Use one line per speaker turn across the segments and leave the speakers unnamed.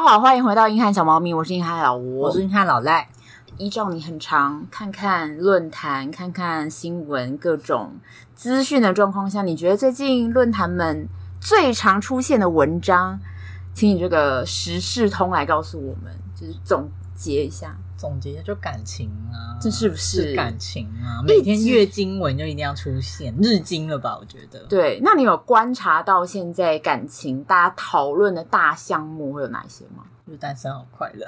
好，欢迎回到硬汉小猫咪，我是硬汉老吴，
我是看老赖，
依照你很常看看论坛、看看新闻、各种资讯的状况下，你觉得最近论坛们最常出现的文章，请你这个时事通来告诉我们，就是总结一下，
总结一下就感情啊，
这是不是
是感情啊？
一
每天
直
月经文就一定要出现，日经了吧？我觉得，
对。那你有观察到现在感情大家讨论的大项目会有哪些吗？
就是单身好快 乐，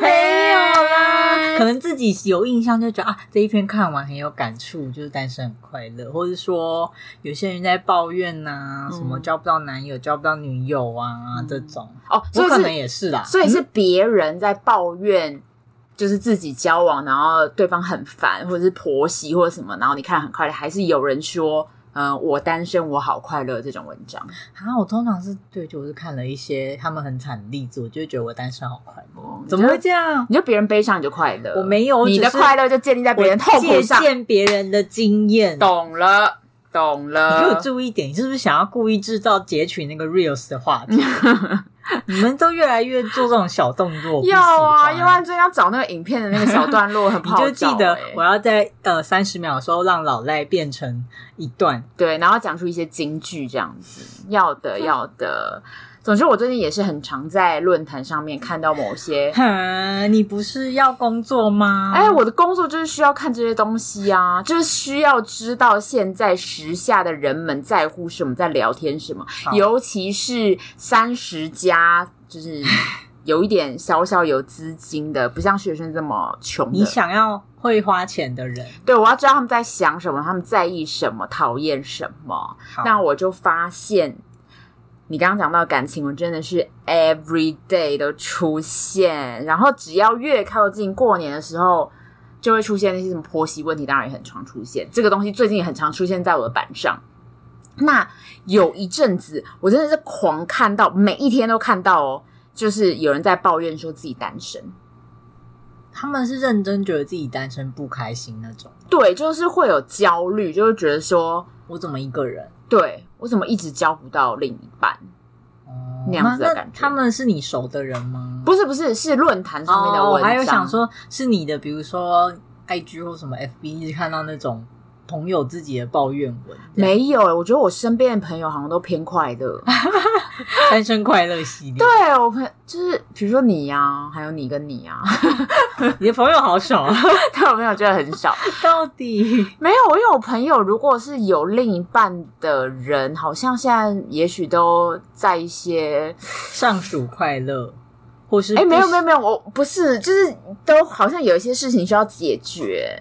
没有啦
可能自己有印象就觉得啊，这一篇看完很有感触，就是单身很快乐，或者说有些人在抱怨呐、
嗯
什么交不到男友、交不到女友啊、
嗯
这种，
哦，
我
所以
可
是
能也是啦，
所以是别人在抱怨，就是自己交往，然后对方很烦，或者是婆媳或者什么，然后你看很快乐，还是有人说，嗯、我单身，我好快乐这种文章。
啊，我通常是对，就我是看了一些他们很惨的例子，我就会觉得我单身好快乐，
哦
怎么会这样？
你就别人悲伤你就快乐，
我没有我
你的
只是
快乐就建立在别人痛苦
借
上。
鉴别人的经验，啊
懂了，懂
你给我
了。
注意一点，你是不是想要故意制造截取那个 reels 的话 题？你们都越来越做这种小动作，我不喜
要啊，
欢
要按最要找那个影片的那个小段落，很不
你
好找、
就记得
欸
我要在呃三十秒的时候让老赖变成一段，
对，然后讲出一些金句这样子，要的要的。总之，我最近也是很常在论坛上面看到某 些
哈，你不是要工作吗？
哎，我的工作就是需要看这些东西啊，就是需要知道现在时下的人们在乎什么，在聊天什么，
好
尤其是三十加，就是 有一点小小有资金的，不像学生这么穷
你
的。
想要会花钱的人，
对，我要知道他们在想什么，他们在意什么，讨厌什么。
好
那我就发现，你刚刚讲到感情，我真的是 every day 都出现。然后只要越靠近过年的时候，就会出现那些什么婆媳问题，当然也很常出现。这个东西最近也很常出现在我的板上。那有一阵子，我真的是狂看到，每一天都看到哦，就是有人在抱怨说自己单身。
他们是认真觉得自己单身不开心那种，
对，就是会有焦虑，就会觉得说，
我怎么一个人？
对我怎么一直交不到另一半？
哦
那样子的
那
感觉
他们是你熟的人吗？
不是不是，是论坛上面的
哦，我
文章。
还有想说，是你的，比如说 IG 或什么 FB，一直看到那种朋友自己的抱怨文，
没有、欸，我觉得我身边的朋友好像都偏快 乐。
单身快乐系列。
对我朋就是，比如说你呀、啊，还有你跟你呀、啊，
你的朋友好少啊，
但我朋友觉得很少。
到底
没有，因为我朋友如果是有另一半的人，好像现在也许都在一些……
上属快乐，或是
哎、没有没
有，
有没有，我不是，就是都好像有一些事情需要解决。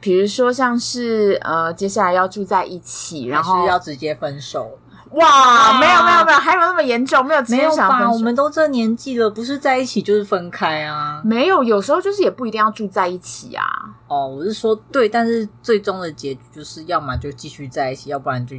比如说，像是呃，接下来要住在一起，然
还
后
是要直接分手？
哇，
啊
没有没有没有，还没有那么严重，没有直
没
接
有
想分
吧？
手
我们都这年纪了，不是在一起就是分开啊。
没有，有时候就是也不一定要住在一起啊。
哦，我是说对，但是最终的结局就是，要么就继续在一起，要不然就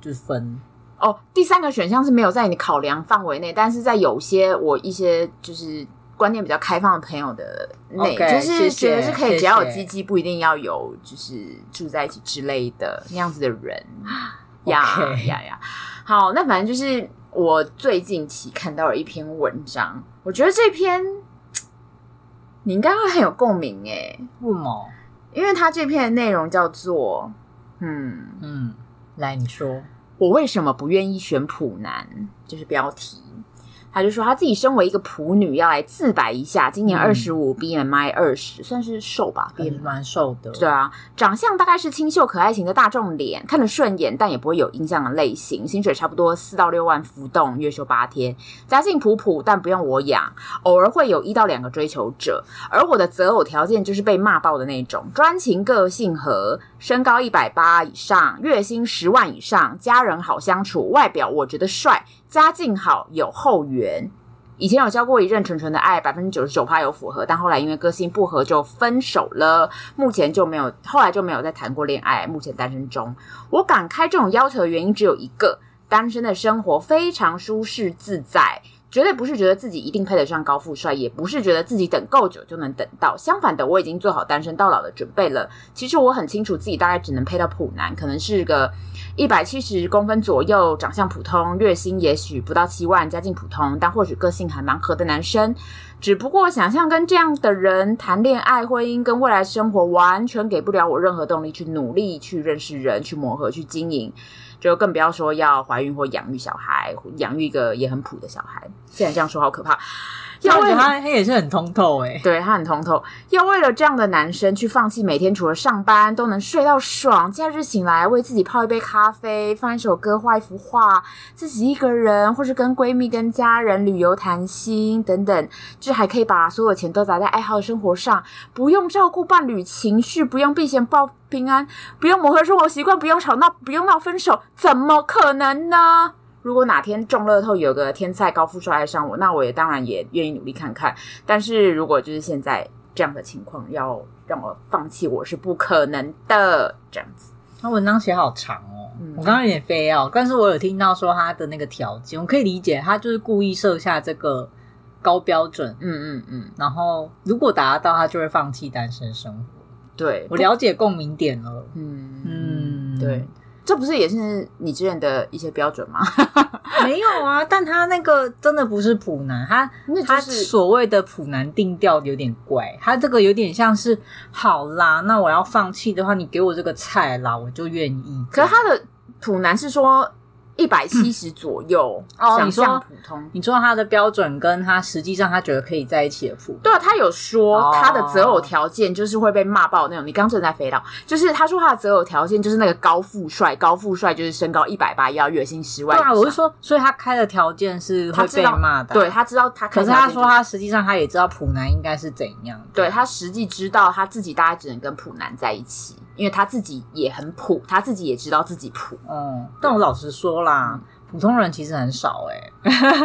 就分。
哦，第三个选项是没有在你的考量范围内，但是在有些我一些就是观念比较开放的朋友的内
OK，
就是
谢谢
觉得是可以
谢
只要有
谢
鸡鸡，不一定要有就是住在一起之类的那样子的人 呀
OK
呀呀。好，那反正就是我最近期看到了一篇文章，我觉得这篇你应该会很有共鸣欸诶、
为什么？
因为它这篇的内容叫做嗯。
嗯，来你说。
我为什么不愿意选普男？就是标题。他就说他自己身为一个普女，要来自白一下。今年
嗯
二十五，BMI 二十，算是瘦吧
也
？BMI
蛮瘦的，
对啊，长相大概是清秀可爱型的大众脸，看得顺眼但也不会有印象的类型。薪水差不多四到六万浮动，月休八天，家境普普，但不用我养，偶尔会有一到两个追求者。而我的择偶条件就是被骂爆的那种，专情个性和，身高一百八以上，月薪十万以上，家人好相处，外表我觉得帅，家境好，有后援。以前有交过一任纯纯的爱，百分之九十九趴有符合，但后来因为个性不合就分手了。目前就没有，后来就没有再谈过恋爱，目前单身中。我敢开这种要求的原因只有一个：单身的生活非常舒适自在，绝对不是觉得自己一定配得上高富帅，也不是觉得自己等够久就能等到。相反的，我已经做好单身到老的准备了。其实我很清楚自己大概只能配到普男，可能是个一百七十公分左右，长相普通，月薪也许不到七万，家境普通，但或许个性还蛮合的男生。只不过想象跟这样的人谈恋爱、婚姻跟未来生活，完全给不了我任何动力去努力、去认识人、去磨合、去经营。就更不要说要怀孕或养育小孩，养育一个也很普的小孩。现在这样说好可怕。
那
要
我觉
为
得
了
他他也是很通透哎、
对他很通透，要为了这样的男生去放弃每天除了上班都能睡到爽，假日醒来为自己泡一杯咖啡，放一首歌，画一幅画，自己一个人或是跟闺蜜、跟家人旅游谈心等等，就是还可以把所有钱都砸在爱好的生活上，不用照顾伴侣情绪，不用避嫌报平安，不用磨合生活习惯，不用吵闹，不用闹分手，怎么可能呢？如果哪天中乐透有个天才高富帅爱上我，那我也当然也愿意努力看看。但是如果就是现在这样的情况，要让我放弃我是不可能的。这样子，
他文章写好长哦，
嗯
我刚刚有点非要，但是我有听到说他的那个条件，我可以理解，他就是故意设下这个高标准，
嗯嗯嗯，
然后如果达到，他就会放弃单身生活。
对，
我了解共鸣点了，
嗯嗯，
嗯，
对，，这不是也是你之前的一些标准 吗？
没有啊，但他那个真的不是普男，他
那
他
就是
所谓的普男定调有点怪，他这个有点像是好啦，那我要放弃的话，你给我这个菜啦，我就愿意。
可是他的普男是说一百七十左右，
哦
想
你说
象普通。
你说他的标准跟他实际上他觉得可以在一起的普，
对啊，他有说
哦
他的择偶条件就是会被骂爆那种。你刚正在飞到，就是他说他的择偶条件就是那个高富帅，高富帅就是身高一百八，要月薪十万
对
以
啊，
上。
我是说，所以他开的条件是
他
会
知
被
道
骂的啊、
对他知道他看
可是
起来
他
就是
说他实际上他也知道普男应该是怎样的，
对他实际知道他自己大概只能跟普男在一起，因为他自己也很普，他自己也知道自己普。
嗯，但我老实说啦，普通人其实很少哎、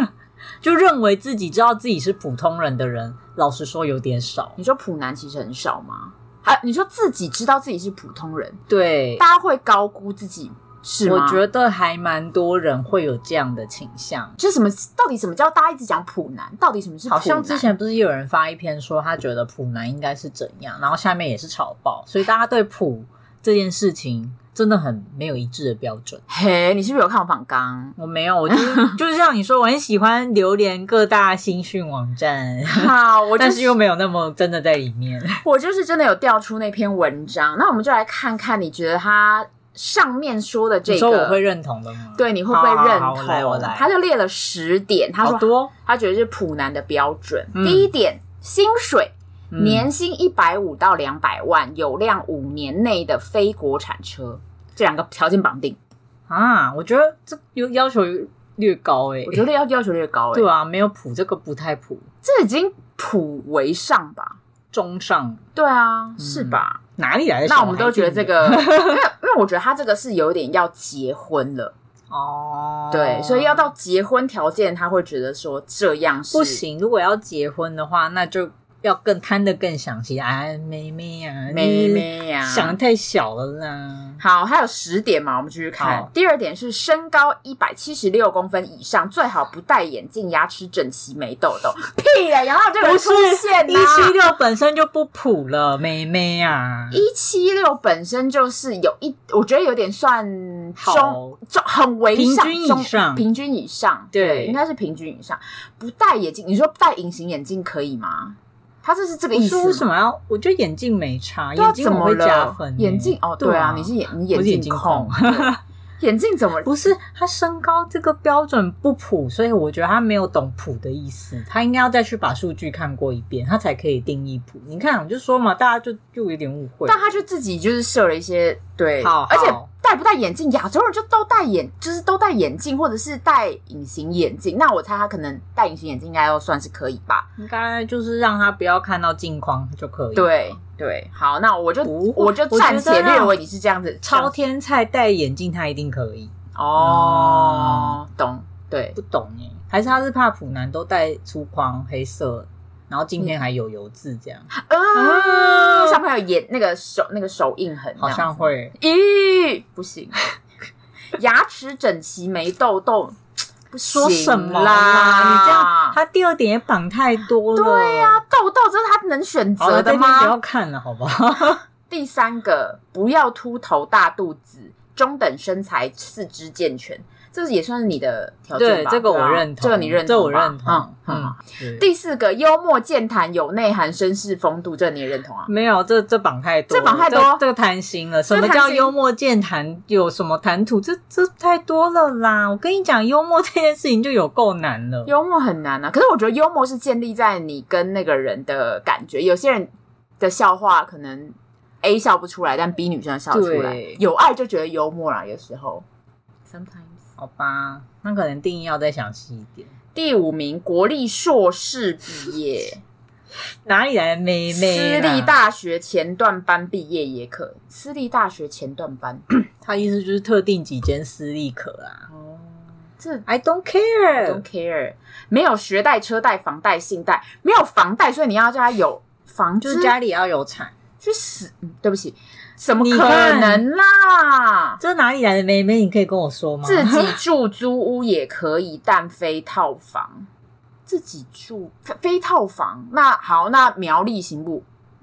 就认为自己知道自己是普通人的人，老实说有点少。
你说普男其实很少吗？还、你说自己知道自己是普通人，
对，
大家会高估自己是吗？
我觉得还蛮多人会有这样的倾向。
这什么？到底什么叫大家一直讲普男？到底什么是普
好
男？
像之前不是有人发一篇说他觉得普男应该是怎样，然后下面也是吵爆，所以大家对普这件事情真的很没有一致的标准。？
嘿，你是不是有看我访纲
我没有，我就是 就是像你说，我很喜欢流连各大新讯网站，
好，我就
但是又没有那么真的在里面。
我就是真的有调出那篇文章，那我们就来看看，你觉得他上面说的这
你
个，
说我会认同的吗？，
对你会不会
好好
认
好
同？
我来我来
他就列了十点，他
好
说
多
他觉得是普男的标准。
嗯
第一点，薪水。
嗯
年薪一百五到两百万，有辆五年内的非国产车，这两个条件绑定，
啊，我觉得这有要求略高哎、
我觉得要要求略高、欸。
对啊，没有普这个不太普，
这已经普为上吧？
中上
对啊，是吧？
哪里来的小
那
孩？
我们都觉得这个，因为因为我觉得他这个是有点要结婚了，
哦，
对，所以要到结婚条件，他会觉得说这样是
不。行。如果要结婚的话，那就要更摊的更详细。哎，妹妹啊，
妹妹呀、
你想的太小了啦。
好，还有十点嘛，我们继续看
好。
第二点是身高一百七十六公分以上，最好不戴眼镜，牙齿整齐，没痘痘。屁呀，然后这个人
不
出
是
现
一七
啦。
六本身就不普了，妹妹啊，
一七六本身就是有一，我觉得有点算
好
中中很微
平
上
均以
中
上
平均以上，
对
应该是平均以上。不戴眼镜，你说戴隐形眼镜可以吗？他这是这个
我
意
说为
思
什
吗？
么要？我觉得眼镜没差，
对啊
眼镜
怎
我
么
会
了？
加分欸。
眼镜哦，对啊，你是眼你
我是眼
眼
睛
控，对眼镜怎么
不是他身高这个标准不普，所以我觉得他没有懂普的意思，他应该要再去把数据看过一遍，他才可以定义普。你看，我就说嘛，大家就就有点误会。
但他就自己就是设了一些对，
好
而且
好
戴不戴眼镜，亚洲人就都戴眼，就是都戴眼镜或者是戴隐形眼镜。那我猜他可能戴隐形眼镜应该要算是可以吧？
应该就是让他不要看到镜框就可以。，
对对，好，那我就
不会
我就
我
暂
觉得
且略
让
为你是这样子
超天才戴眼镜他一定可以。
哦，懂对
不懂耶，还是他是怕普男都戴粗框黑色，然后镜片还有油渍这样，
啊，上面还有眼那个手那个手印痕，
好像会。
咦不行，牙齿整齐没痘痘，不
说什
行
么
啦？
你这样他第二点也绑太多了。
对呀、豆豆这是他能选
好了，
择
这
的
边不要
吗？
看了，好不好？
第三个，不要秃头、大肚子、中等身材、四肢健全，这也算是你的条件
对，
吧？
哦这个
对
我
啊
认同，
这个你认同吧，
这我认同。
嗯嗯。
嗯，对
第四个，幽默健谈、有内涵、绅士风度，这个你也认同啊？
没有，这这绑太多了，
这绑太多
这这个贪心了。
这
什
个
么
贪心
叫幽默健谈？有什么谈吐？这这太多了啦！我跟你讲，幽默这件事情就有够难了。
幽默很难啊，可是我觉得幽默是建立在你跟那个人的感觉。有些人的笑话可能 A 笑不出来，但 B 女生笑得出来
对。
有爱就觉得幽默啦，有时候。Sometimes。
好吧，那可能定义要再详细一点。
第五名，国立硕士毕业，
哪里来的妹妹？啊
私立，大学前段班毕业也可。私立大学前段班，
他意思就是特定几间私立可啦。
哦，这
I don't
I
care
don't。care，没有学贷、车贷、房贷、信贷，没有房贷，所以你要叫他有房
就
资
是家里要有产，
去死！嗯对不起，怎么
你
可
看
能啦？
这哪里来的妹妹？你可以跟我说吗？
自己住租屋也可以，但非套房。自己住非非套房，那好，那苗栗行不？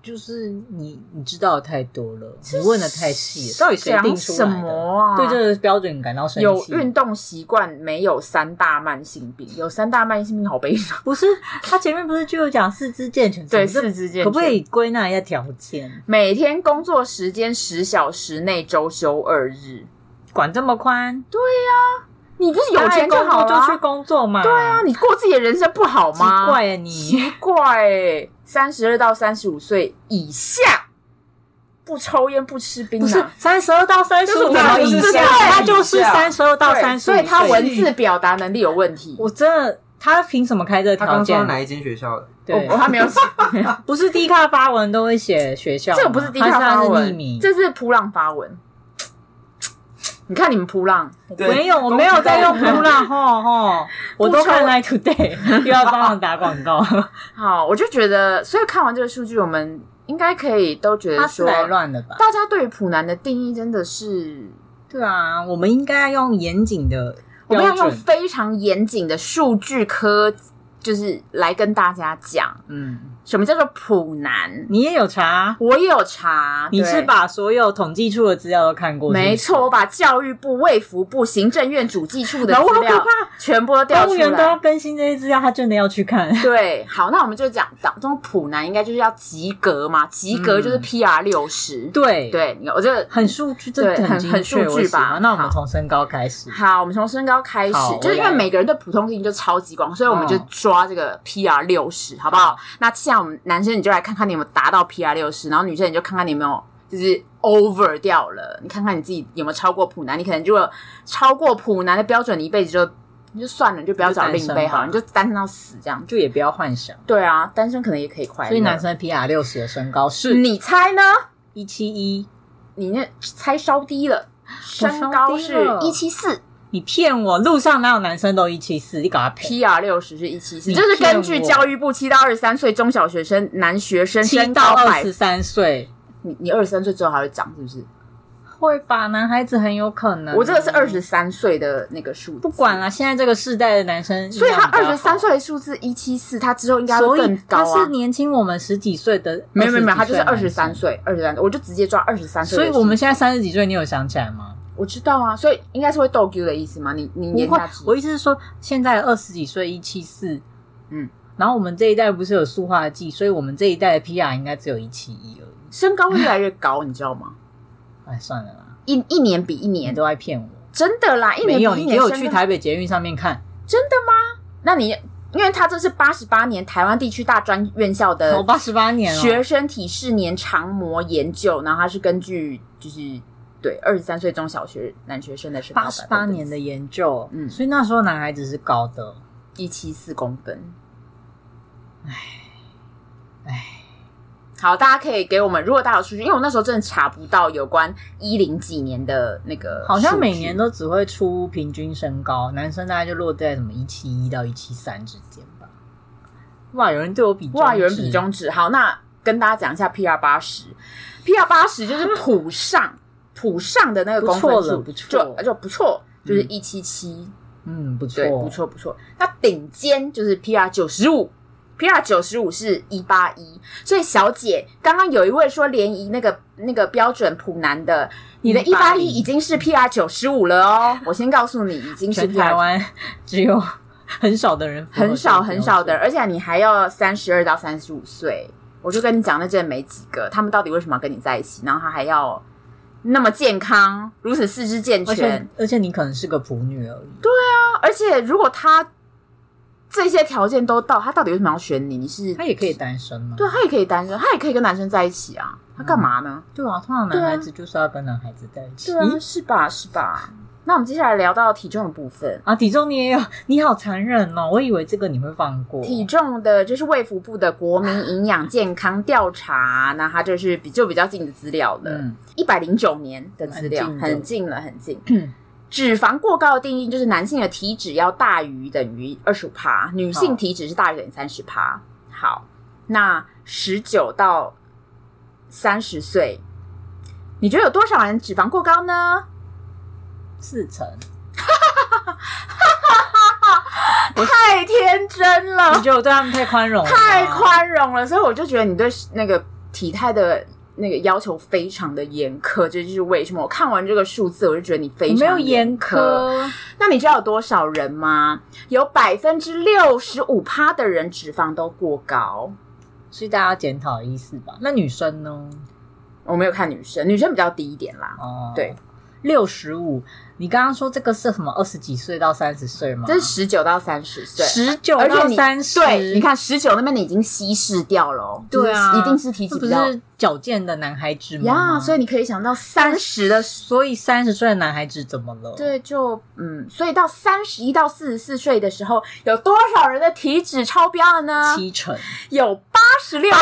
就是你，你知道的太多了，你问的太细了，到底谁定
讲
出
什
来的？
么啊？
对这个标准感到生
有
气？
运动习惯，没有三大慢性病。有三大慢性病，好悲 伤。
不是，他前面不是就有讲四肢健全？
对，
什么
四肢健全
可不可以归纳一下条件？
每天工作时间十小时内，周休二日？
管这么宽，
你不是有钱
当然
好
啊工作
了？
就去工作嘛。
对啊，，你过自己的人生不好
奇
吗？
怪啊你，
奇怪、欸，三十二到三十五岁以下不抽烟不吃槟
不是
榔，
三十二到三十
这
五
种
以
就是
下，他就是三十二到
啊对
三十五，
所以他文字，表达能力有问题。哦
我真的，他凭什么开这个
他
条
刚说
件？
哪一间学校的？
我
对
我，哦还没有写，
不是低卡发文都会写学校吗，
这个不是低卡发
还是他是匿
文，
名，
这是扑浪发文。你看你们扑浪，
对
没有，我没有在用扑浪，吼吼，我都看
不
Line Today，又要帮忙打广告，
好，我就觉得，所以看完这个数据，我们应该可以都觉
他
得
是
说，
来乱的吧？
大家对于普男的定义真的是，
对啊，我们应该要用严谨的
我们
标
要用
准，
非常严谨的数据科，就是来跟大家讲。
嗯，
什么叫做普男？
你也有查，
我也有查，
你是
对？
把所有统计处的资料都看过，
没
是不
错，我把教育部、卫福部、行政院主计处的
老
资
好可
料
怕
全部都
是，
调
公务
出
员都要
来。
更新这些资料，他真的要去看。
对，好，那我们就讲，当中普男应该就是要及格嘛，及格就是
嗯
PR 六十。
对，
对，你看我这个
很数据，这
对
很
很
精
很
确
数
我
据
喜欢
吧
那我们
好
从身高开始，
好，我们从身高开始
好，
就是因
我
为
来
每个人对普通定义就超级广，所以我们就
嗯
抓这个 PR 六十，好不好？那现在我们男生你就来看看你有没有达到 PR 六十，然后女生你就看看你有没有就是 over 掉了，你看看你自己有没有超过普男，你可能如果超过普男的标准，你一辈子就你就算了，你就不要找另一
你就单
杯
身吧
好了，你就单身到死这样。
就也不要幻想。
对啊，单身可能也可以快乐。
所以男生 PR 六十的身高是
你猜呢？
一七一，
你那猜稍低了，
我
身高
稍低
是
了
一七四。
你骗我！路上哪有男生都一七四？你搞他屁！
PR 六十是一七四，
你
这是根据
骗我
教育部七到二十三岁中小学生男学生
七
身
到
高
二
百
十，三岁
你你二十三岁之后还会长是不是？
会吧？男孩子很有可能。
我这个是二，十三岁的那个数字，
不管啊了。现在这个世代的男生，
所以他二十三，岁的数字一七四，他之后应该
所
会
以
更高
他是
啊。
年轻我们十几岁的。
没有没有没有，他
20
就
几
是
岁的
二
男
十
生
三。岁，二十三岁，我就直接抓二十三岁的
所
数
以
字。
我们现在三十几岁，你有想起来吗？
我知道啊，所以应该是会逗 Q 的意思吗？你你
不
年
会
下几，
我意思是说，现在二十几岁一七四，
嗯，
然后我们这一代不是有塑化剂，所以我们这一代的 PR 应该只有一七一而已。
身高会越来越高，你知道吗？
哎，算了啦，
一一年比一
你
年，
都爱骗我。
真的啦，一年
没有，
比一
你
年
给我
身
去
高
台北捷运上面看，
那你因为他这是八十八年台湾地区大专院校
我
的
八十八年
呃
了，哦
学生体适年常模研究，然后他是根据就是对二十三岁中小学男学生的身高
八十八年的研究，
嗯
所以那时候男孩子是高的，
一七四公分，唉
唉。
好，大家可以给我们，如果大家有数据，因为我那时候真的查不到有关一零几年的那个数据，
好像每年都只会出平均身高，男生大概就落在什么一七一到一七三之间吧。哇，有人对我比中指
哇，有人比，中指。好，那跟大家讲一下 PR 八十，PR 八十就是普上普上的那个公分
不错了
数，
不错
就就不错，就是
嗯
一七七
嗯，不错
对，，不错不错。那顶尖就是 PR 九十五，PR 九十五是一八一，所以小姐刚刚有一位说联谊那个那个标准普男的，你的一八
181
一已经是 PR 九十五了哦。我先告诉你，已经是
全台
PR
湾只有很少的人符合这个标准，
很少很少的，而且你还要三十二到三十五岁。我就跟你讲，那真的没几个。他们到底为什么要跟你在一起？然后他还要那么健康，如此四肢健
而
全
且，而且你可能是个普女而已。
而且如果他这些条件都到，他到底为什么要选你？你是
她也可以单身吗？
对他也可以单身，他也可以跟男生在一起啊，他干嘛呢？
对啊，通常男孩子就是要跟男孩子在一起。咦，
是吧？是吧？那我们接下来聊到体重的部分。
啊，体重你也有，你好残忍哦！我以为这个你会放过。
体重的，就是卫福部的国民营养健康调查，那它就是比就比较近的资料了，
嗯，
一百零九年的资料，
很近的
很近了，很近。 脂肪过高的定义就是男性的体脂要大于等于二十五趴，女性
好
体脂是大于等于三十趴。好，那十九到三十岁，你觉得有多少人脂肪过高呢？
四成。
太天真
你
了，
觉得我对他们太宽容了？
啊太。宽容了，所以我就觉得你对那个体态的。那个要求非常的严苛，这就是为什么我看完这个数字，我就觉得你非
你
常
没有
严
严苛，
那你知道有多少人吗？有百分之六十五趴的人脂肪都过高。
所以大家要检讨一次吧。那女生呢？
我没有看女生，女生比较低一点啦。
哦，
对，
六十五。你刚刚说这个是什么？二十几岁到三十岁吗？
这是十九到三十岁，
十九
而且
到
你
三十。
对，你看十九那边你已经稀释掉了哦，
对啊
就是一定是体脂
这
比
不
较
是矫健的男孩子
呀，
吗？
所以你可以想到三十的
所以三十岁的男孩子怎么了？，
对，就嗯，所以到三十一到四十四岁的时候，有多少人的体脂超标了呢？
七成
有八十六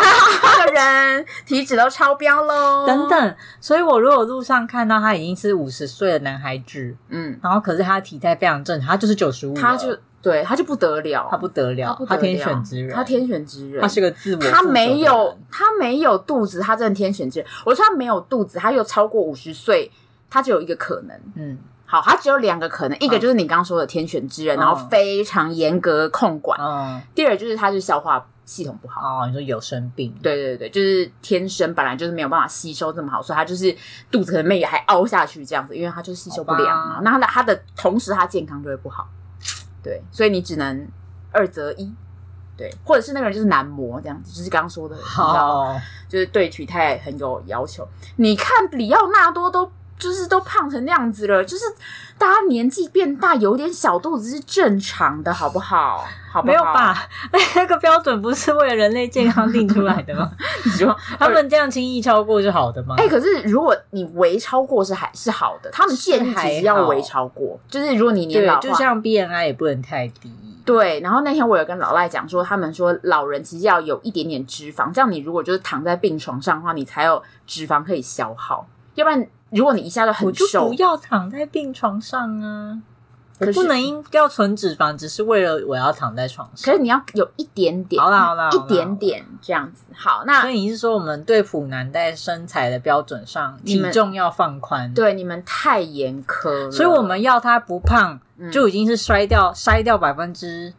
的人 体脂都超标喽。
等，等。所以我如果路上看到他已经是五十岁的男孩子，
嗯，
然后可是他体态非常正常，他就是九十五，
他就对他就不得了，
他不得
他
了
不，
他
得
天
了
选之人，
他天选之人，
他是个自我，
他没有，他没有肚子，他真的天选之人。我说他没有肚子，他又超过五十岁，他只有一个可能。
嗯，
好，他只有两个可能，一个
嗯
就是你刚刚说的天选之人，
嗯
然后非常严格控管；
哦
第二就是他是消化系统不好。
哦，你说有生病，，
对对对，就是天生本来就是没有办法吸收这么好，所以他就是肚子可能妹也还凹下去这样子，因为他就吸收不良嘛
好吧。
那他的他的同时他健康就会不好，对，所以你只能二择一，对，或者是那个人就是男模这样子，就是刚刚说的，你知道
好，
就是对体态很有要求。你看里奥纳多都。就是都胖成那样子了，就是大家年纪变大，有点小肚子是正常的，好不好？好不好？
没有？吧？ 那个标准不是为了人类健康定出来的吗？
你说
他们这样轻易超过是好的吗？
哎、可是如果你微超过是还是好的，他们建议其实要微超过，就是如果你年
对
老啊化，
就像 BMI 也不能太低，
对。然后那天我有跟老赖讲说，他们说老人其实要有一点点脂肪，这样你如果就是躺在病床上的话，你才有脂肪可以消耗，要不然如果你一下就
我
很
就
瘦
不，要躺在病床上啊！
可
我
是
不能因要存脂肪，只是为了我要躺在床
可
上
是。你要有一点点，
好啦好啦
一
好啦
点点这样子。好，那
所以你是说，我们对普男在身材的标准上，
你
体
们
重要放宽？，
对你们太严苛了，
所以我们要他不胖，
嗯
就已经是衰掉筛掉百分之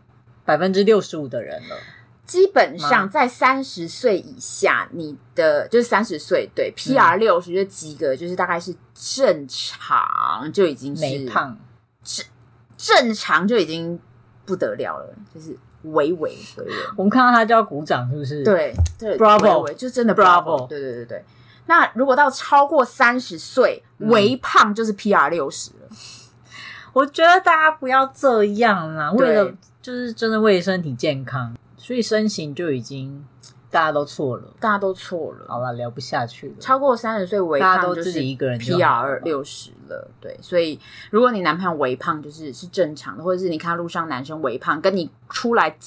百分之六十五的人了。
基本上
吗
在三十岁以下，你的就是三十岁，
嗯
对 PR 六十就及格，就是大概是正常就已经是
没，胖，
正常就已经不得了了，就是微微微微，
我们看到他就要鼓掌，是不是？，
对对
Bravo
微微就真的
Bravo
对对对对。那如果到超过三十岁，
嗯
微胖就是 PR 六十了，
我觉得大家不要这样啦，
对
为了就是真的为了身体健康，所以身形就已经大家都错了。
大家都错
好
了。
了，聊不下去了。
超过三十岁微
大家
胖
都
就是
自己一个人就好
PR
了
六十了，对，所以如果你男朋友微胖，就是是正常的，或者是你看路上男生微胖，跟你出来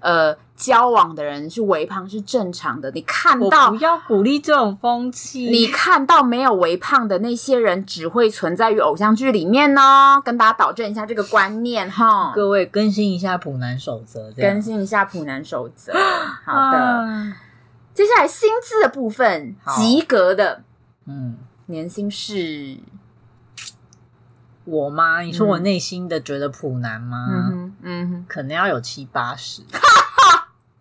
呃交往的人是微胖是正常的，你看
我
到
不。要鼓励这种风气。
你看到没有微胖的那些人，只会存在于偶像剧里面哦。跟大家导正一下这个观念哈，
各位更新一下普男守则，这样
更新一下普男守 则。好的，
啊
接下来薪资的部分，
好
及格的
嗯，
年薪是
我吗？你说我内心的觉得普男吗？
嗯哼，嗯
可能要有七 八十。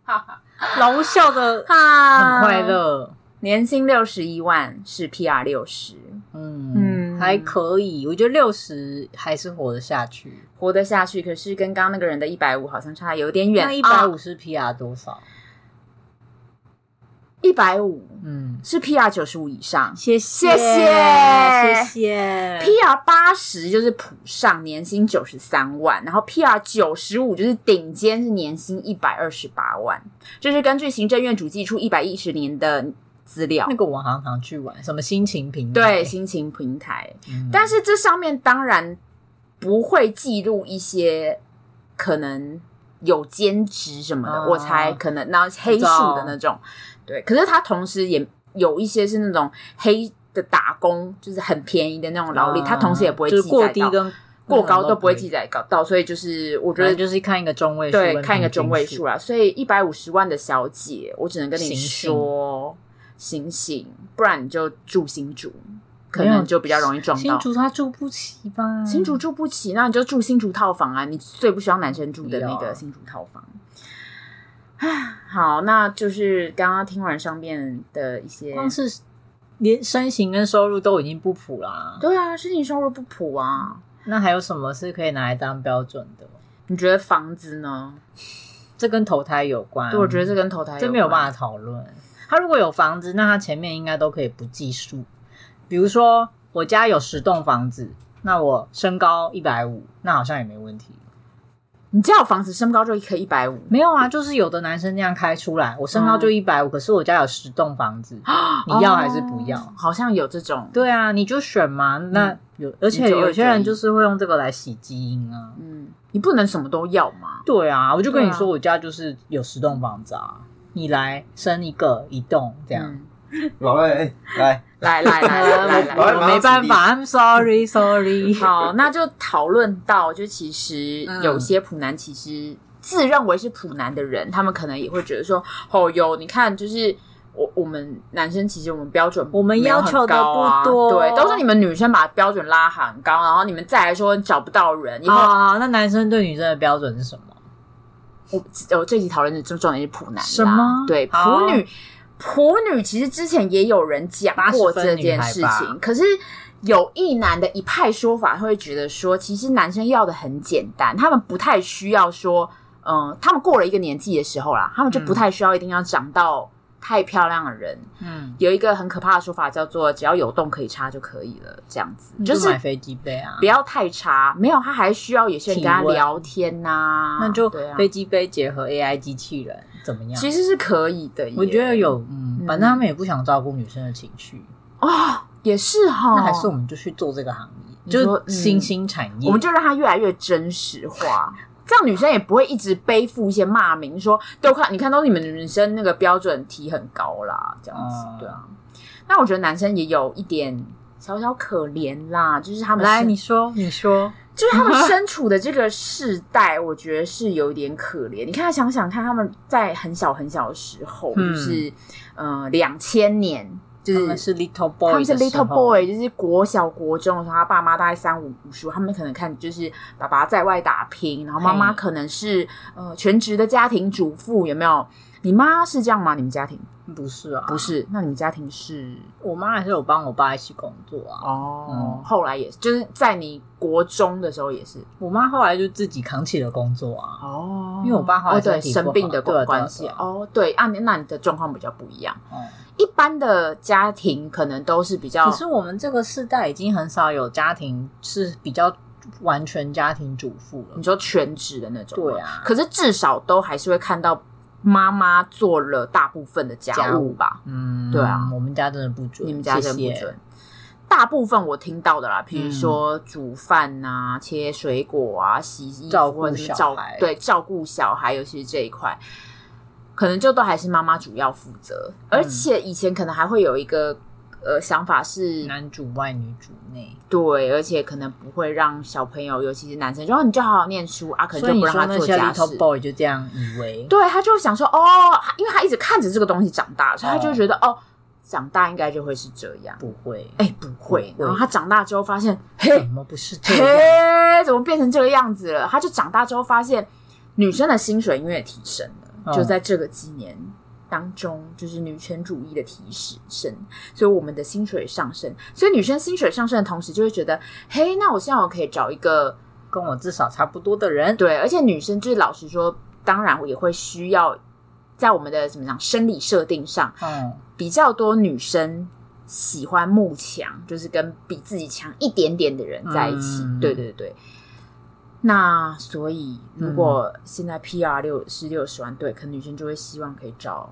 哼，
楼笑的
哈，
很快，乐，
年薪六十一万是 PR 六十，
嗯，
嗯
还可以。我觉得六十还是活得下去。
活得下去。可是跟刚刚那个人的一百五好像差有点远，
那一百
啊
五十 PR 多少？
一百五
嗯，
是 PR 九十五以上
谢
谢谢
谢谢。
，PR 八十就是普上年薪九十三万，然后 PR 九十五就是顶尖是年薪一百二十八万，这是根据行政院主计处一百一十年的资料
那。个我常常去玩，什么心情平
对，
台，
心情平台，
嗯
但是这上面当然不会记录一些可能有兼职什么的，
哦
我猜可能然后黑数的那种，对。可是他同时也有一些是那种黑的打工，就是很便宜的那种劳力，
嗯
他同时也不会
就
记
是过
载
低嗯
到，
跟
过高都不会记
载，
载到，到所以就是我觉
反
得
正就是看一个中位数跟
对
平均数，
看一个中位数啦。所以一百五十万的小姐，我只能跟你
醒醒
说。醒醒，不然你就住新竹，可
没有
能就比较容易撞到。
新竹他住不起吧？
新竹住不起，那你就住新竹套房啊！你最不需要男生住的那
对啊
个新竹套房。唉好，那就是刚刚听完上面的一些，
光是连身形跟收入都已经不普啦，
对啊，事情收入不普啊。
那还有什么是可以拿来当标准的？
你觉得房子呢？
这跟投胎有关。
对，我觉得这跟投胎
嗯这没有
关
办法讨论。他如果有房子，那他前面应该都可以不计数。比如说，我家有十栋房子，那我身高一百五，那好像也没问题。
你家有房子，身高就可以一百五
没有啊，就是有的男生那样开出来，我身高
嗯
就一百五，可是我家有十栋房子，
啊
你要还是
哦
不要？
好像有这种，
对啊，你就选嘛。那有，而
嗯
且
你就二
有些
择
人
一
就是会用这个来洗基因啊。
嗯，你不能什么都要嘛。
对啊，我就跟你
对
说，
啊
我家就是有十栋房子啊，你来生一个一栋这样。
嗯，
老赖，哎，来，
来来来来来来
我
来
来。
我没办法，I'm sorry sorry。
好，那就讨论到，就其实
嗯
有些普男其实自认为是普男的人，他们可能也会觉得说，哦哟，你看，就是我我们男生其实我们标准
我们
没有很
要求的
高啊
不多
对，都是你们女生把标准拉很高，然后你们再来说找不到人，以后、
啊，那男生对女生的标准是什么？
我我这集讨论的重重点是普男啦
什么
对，
好
普女，普女其实之前也有人讲过
80分
这件事
女孩吧
情，可是有一男的一派说法会觉得说，其实男生要的很简单，他们不太需要说，嗯、他们过了一个年纪的时候啦，他们就不太需要一定要长到太漂亮的人。
嗯，
有一个很可怕的说法叫做，只要有洞可以插就可以了，这样子
就
就是
买
是。
飞机杯啊
不，要太差，没有他还需要有些人跟他
体温
聊天呐、
那就
对啊
飞机杯结合 AI 机器人怎么样
其？实是可以的耶，
我觉得有，嗯，
嗯
反正他们也不想照顾女生的情绪，
哦，也是哈、
那还是我们就去做这个行业，
你说
就是新兴产业。
我们就让它越来越真实 化，这样女生也不会一直背负一些骂名，说都看你看到你们女生那个标准提很高啦，这样子、
嗯
对啊。那我觉得男生也有一点小小可怜啦，就是他们
来，
身
你说，你说，
就是他们身处的这个世代，我觉得是有点可怜。你看，想想看，他们在很小很小的时候，
嗯
就是呃两千年，就
他
是
们是 little
他
boy，
们是
的时候
little boy，就是国小国中的时候，他爸妈大概三五五十，他们可能看就是爸爸在外打拼，然后妈妈
嘿
可能是呃全职的家庭主妇，有没有？你妈是这样吗？你们家庭
不是啊，
不是？那你们家庭是
我妈还是有帮我爸一起工作啊。
哦，
嗯
后来也是，就是在你国中的时候也是
我妈后来就自己扛起了工作啊。
哦
因为我爸后来
哦对
身体不好
生病的
对啊对啊
关系
对啊
哦，对啊，那你的状况比较不一样。
嗯，
一般的家庭可能都是比较
可是我们这个世代已经很少有家庭是比较完全家庭主妇了
你。说全职的那种吗，
对啊
可是至少都还是会看到妈妈做了大部分的家
家
务
务
吧？
嗯，
对啊
我们家真的不准，
你们家真不
谢
准。
谢嗯
大部分我听到的啦，比如说煮饭呐、切水果啊、洗衣服
照顾
或者是
小
照
孩
对照顾小孩，尤其是这一块，可能就都还是妈妈主要负责。
嗯
而且以前可能还会有一个呃想法是，
男主外女主内，
对，而且可能不会让小朋友，尤其是男生，就说哦你就好好念书啊，可能
所以
就
你
不让
说
他
那
做
些
家
little
事。
boy 就这样以为，
对他就想说哦，因为他一直看着这个东西长大，所以他就觉得哦长大应该就会是这样。
不会，
哎、不会。
不会哎
然后他长大之后发现，
怎
嘿，
么不是这样？
嘿，怎么变成这个样子了？他就长大之后发现，女生的薪水因为提升了，
嗯
就在这个几年当中，就是女权主义的提升，所以我们的薪水上升。所以女生薪水上升的同时，就会觉得，嘿，那我现在我可以找一个
跟我至少差不多的人，
对，而且女生就是老实说，当然我也会需要在我们的怎么讲生理设定上，
嗯，
比较多女生喜欢慕强，就是跟比自己强一点点的人在一起。
嗯
对对对。那所以，如果现
嗯
在 PR 六是六十万，对，可能女生就会希望可以找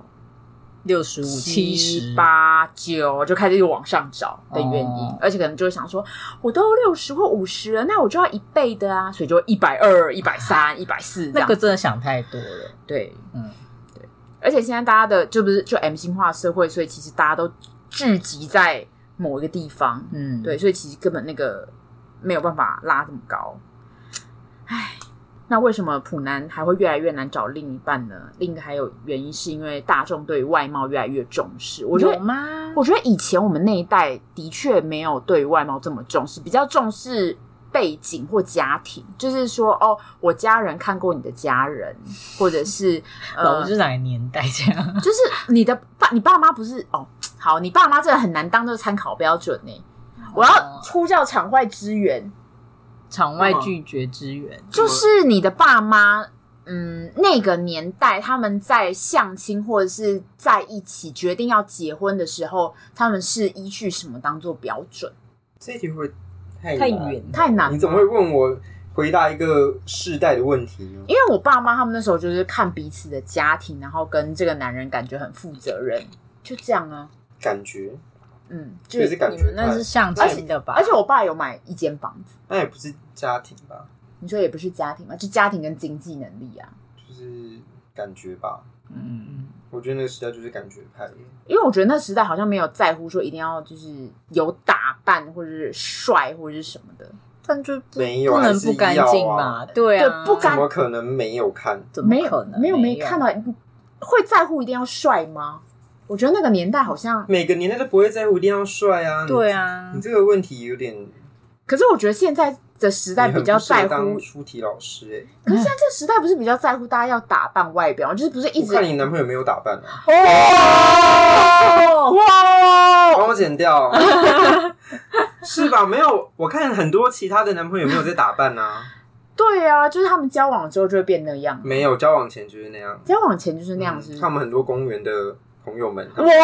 六十五、七十，
八九，就开始往上找的原因，
哦
而且可能就会想说，我都六十或五十了，那我就要一倍的啊，所以就一百二、一百三、一百四这
那
样
个真的想太多了。
对，嗯
嗯，
对。而且现在大家的就不是就 M 型化社会，所以其实大家都聚集在某一个地方，
嗯，
对，，所以其实根本那个没有办法拉这么高。唉，那为什么普男还会越来越难找另一半呢？另一个还有原因是因为大众对外貌越来越重视，我觉
有
得。
吗？
我觉得以前我们那一代的确没有对外貌这么重视，比较重视背景或家庭，就是说哦，我家人看过你的家人，或者是
老
呃，
子是哪个年代这样？
就是你的爸，你爸妈不是哦，好，你爸妈这个很难当做参考标准呢、我要呼叫场外支援，
场外
嗯
拒绝支援，
就是你的爸妈。嗯，那个年代他们在相亲或者是在一起决定要结婚的时候，他们是依据什么当做标准？
这一题会太
太
难
远，
太难了。
你怎么会问我回答一个世代的问题呢？
因为我爸妈他们那时候就是看彼此的家庭，然后跟这个男人感觉很负责任，就这样啊，
感觉
嗯，就
也是感
你
觉
们那
派
是相亲的吧？
而且我爸有买一间房子，
那也不是家庭吧，
你说也不是家庭啊嘛，就家庭跟经济能力啊，
就是感觉吧。
嗯，
我觉得那个时代就是感觉派，
因为我觉得那时代好像没有在乎说一定要就是有打扮或者是帅或者是什么的，
但就不
没有
不
还
能
是
不干净
要
吧？
啊
对啊，
对不干
怎么可能没有看？
怎
没
么
有
可能
没有没
没
看到会在乎一定要帅吗？我觉得那个年代好像，
每个年代都不会在乎一定要帅啊。你
对，啊
你，这个问题有点，
可是我觉得现在的时代
你
比
很
较
不适合
在乎
当，出题老师哎、
可是现在这个时代不是比较在乎大家要打扮外表，就是不是一
我
直
看你男朋友没有打扮啊，
嗯
哦，哇！
帮我剪掉， 是吧？没有，我看很多其他的男朋友没有在打 扮啊，
对啊，就是他们交往之后就会变那样，
没有，交往前就是那样，
交往前就是那样，是不
嗯
是？
看我们很多公园的朋友们，他们
哇！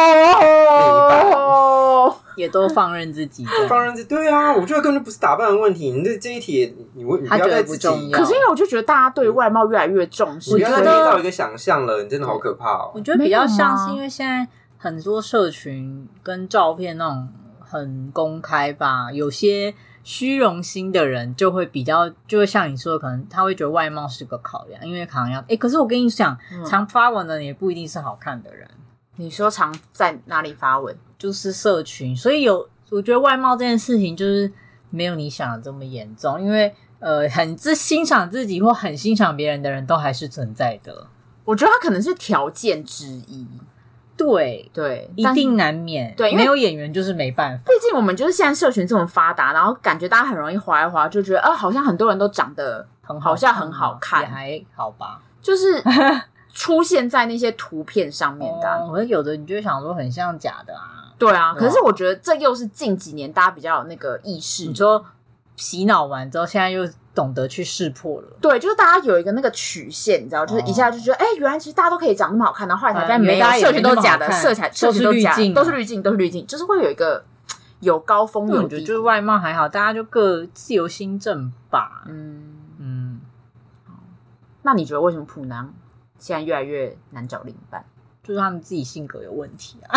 也都放任自己这样。
当然是对啊，我觉得根本就不是打扮的问题，你这这一题你你问你不
他
要
觉得
再
不
自己，
重要
可是因为我就觉得大家对外貌越来越重视，
你不要
我
再
觉
捏
得
造一个想象了，你真的好可怕哦
我。觉得比较像
没有吗
是因为现在很多社群跟照片那种很公开吧，有些虚荣心的人就会比较，就会像你说的，可能他会觉得外貌是个考量，因为可能要哎、可是我跟你讲，
嗯
常发文的人也不一定是好看的人，
你说常在哪里发文？
就是社群，所以有我觉得外貌这件事情就是没有你想的这么严重，因为呃，很自欣赏自己或很欣赏别人的人都还是存在的，
我觉得他可能是条件之一，
对，
对，
一
但是
定难啊免，
对因为
没有演员就是没办法。
毕竟我们就是现在社群这么发达，然后感觉大家很容易划一划，就觉得啊、好像很多人都长得
很
好
好，
像很好看
也还好吧。
就是出现在那些图片上面的啊、
哦可是有的你就想说很像假的啊。
对啊，
对啊
可是我觉得这又是近几年大家比较有那个意识，
你说洗脑完之后，现在又懂得去识破了，
对，就是大家有一个那个曲线，你知道，就是一下就觉得，哎、原来其实大家都可以长那么好看，然后后来才发现
嗯
没有
哦原来，也
社群都是假的，
没那么好看
社群社
都是
群都是假的，
滤镜啊
都是滤镜，都是滤镜，就是会有一个有高峰
那
有
我觉得
低
就是
谷。
外貌还好，大家就各自由心证吧。
嗯，
嗯，
那你觉得为什么普男现在越来越难找另一半？
就是他们自己性格有问题 啊。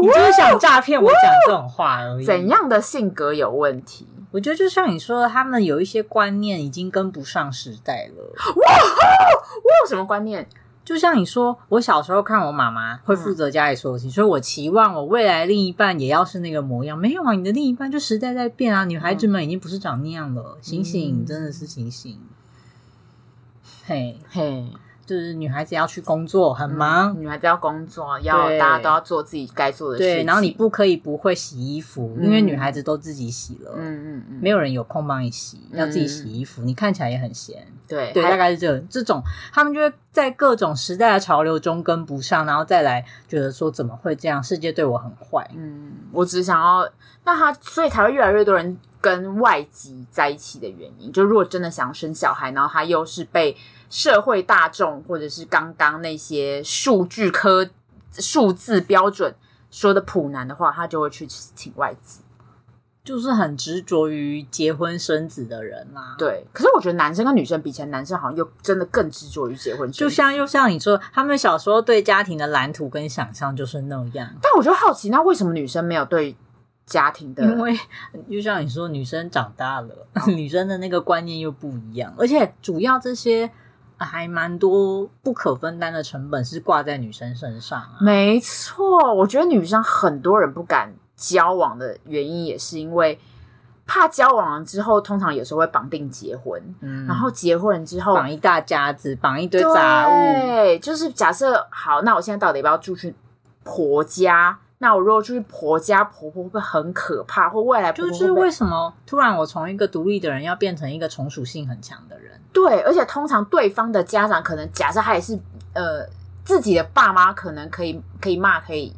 你就是想诈骗我讲这种话而已。
怎？样的性格有问题？
我觉得就像你说的，他们有一些观念已经跟不上时代了。
我有什么观念？
就像你说，我小时候看我妈妈会负责家里所有
嗯
事情，所以我期望我未来另一半也要是那个模样。没有啊，你的另一半就时代在变啊，女孩子们已经不是长那样了，醒醒，
嗯
真的是醒醒。嘿，
嘿，嗯
就是女孩子要去工作，很忙，
女孩子要工作，要
对
大家都要做自己该做的事情。
对，然后你不可以不会洗衣服，
嗯
因为女孩子都自己洗了，
嗯嗯嗯，
没有人有空帮你洗，
嗯
要自己洗衣服，你看起来也很闲。
对
对，
还
大概是这这种，他们就会在各种时代的潮流中跟不上，然后再来觉得说怎么会这样，世界对我很坏。
嗯，我只想要，那他所以才会越来越多人跟外籍在一起的原因，就如果真的想生小孩，然后他又是被社会大众或者是刚刚那些数据科数字标准说的普男的话，他就会去请外籍。
就是很执着于结婚生子的人啊啦、
对，可是我觉得男生跟女生比起来，男生好像又真的更执着于结婚，
就。像又像你说，他们小时候对家庭的蓝图跟想象就是那样，
但我就好奇，那为什么女生没有对家庭的？
因为就像你说，女生长大了，
嗯
女生的那个观念又不一样，而且主要这些啊还蛮多不可分担的成本是挂在女生身上啊。
没错，我觉得女生很多人不敢交往的原因，也是因为怕交往了之后，通常有时候会绑定结婚，
嗯，
然后结婚之后
绑一大家子，绑一堆杂物，
对，就是假设好，那我现在到底要不要住去婆家？那我如果住去婆家，婆婆会不会很可怕？或未来婆
就
婆
是
会不会
为什么突然我从一个独立的人要变成一个从属性很强的人？
对，而且通常对方的家长可能假设他也是呃自己的爸妈，可能可以可以骂，可以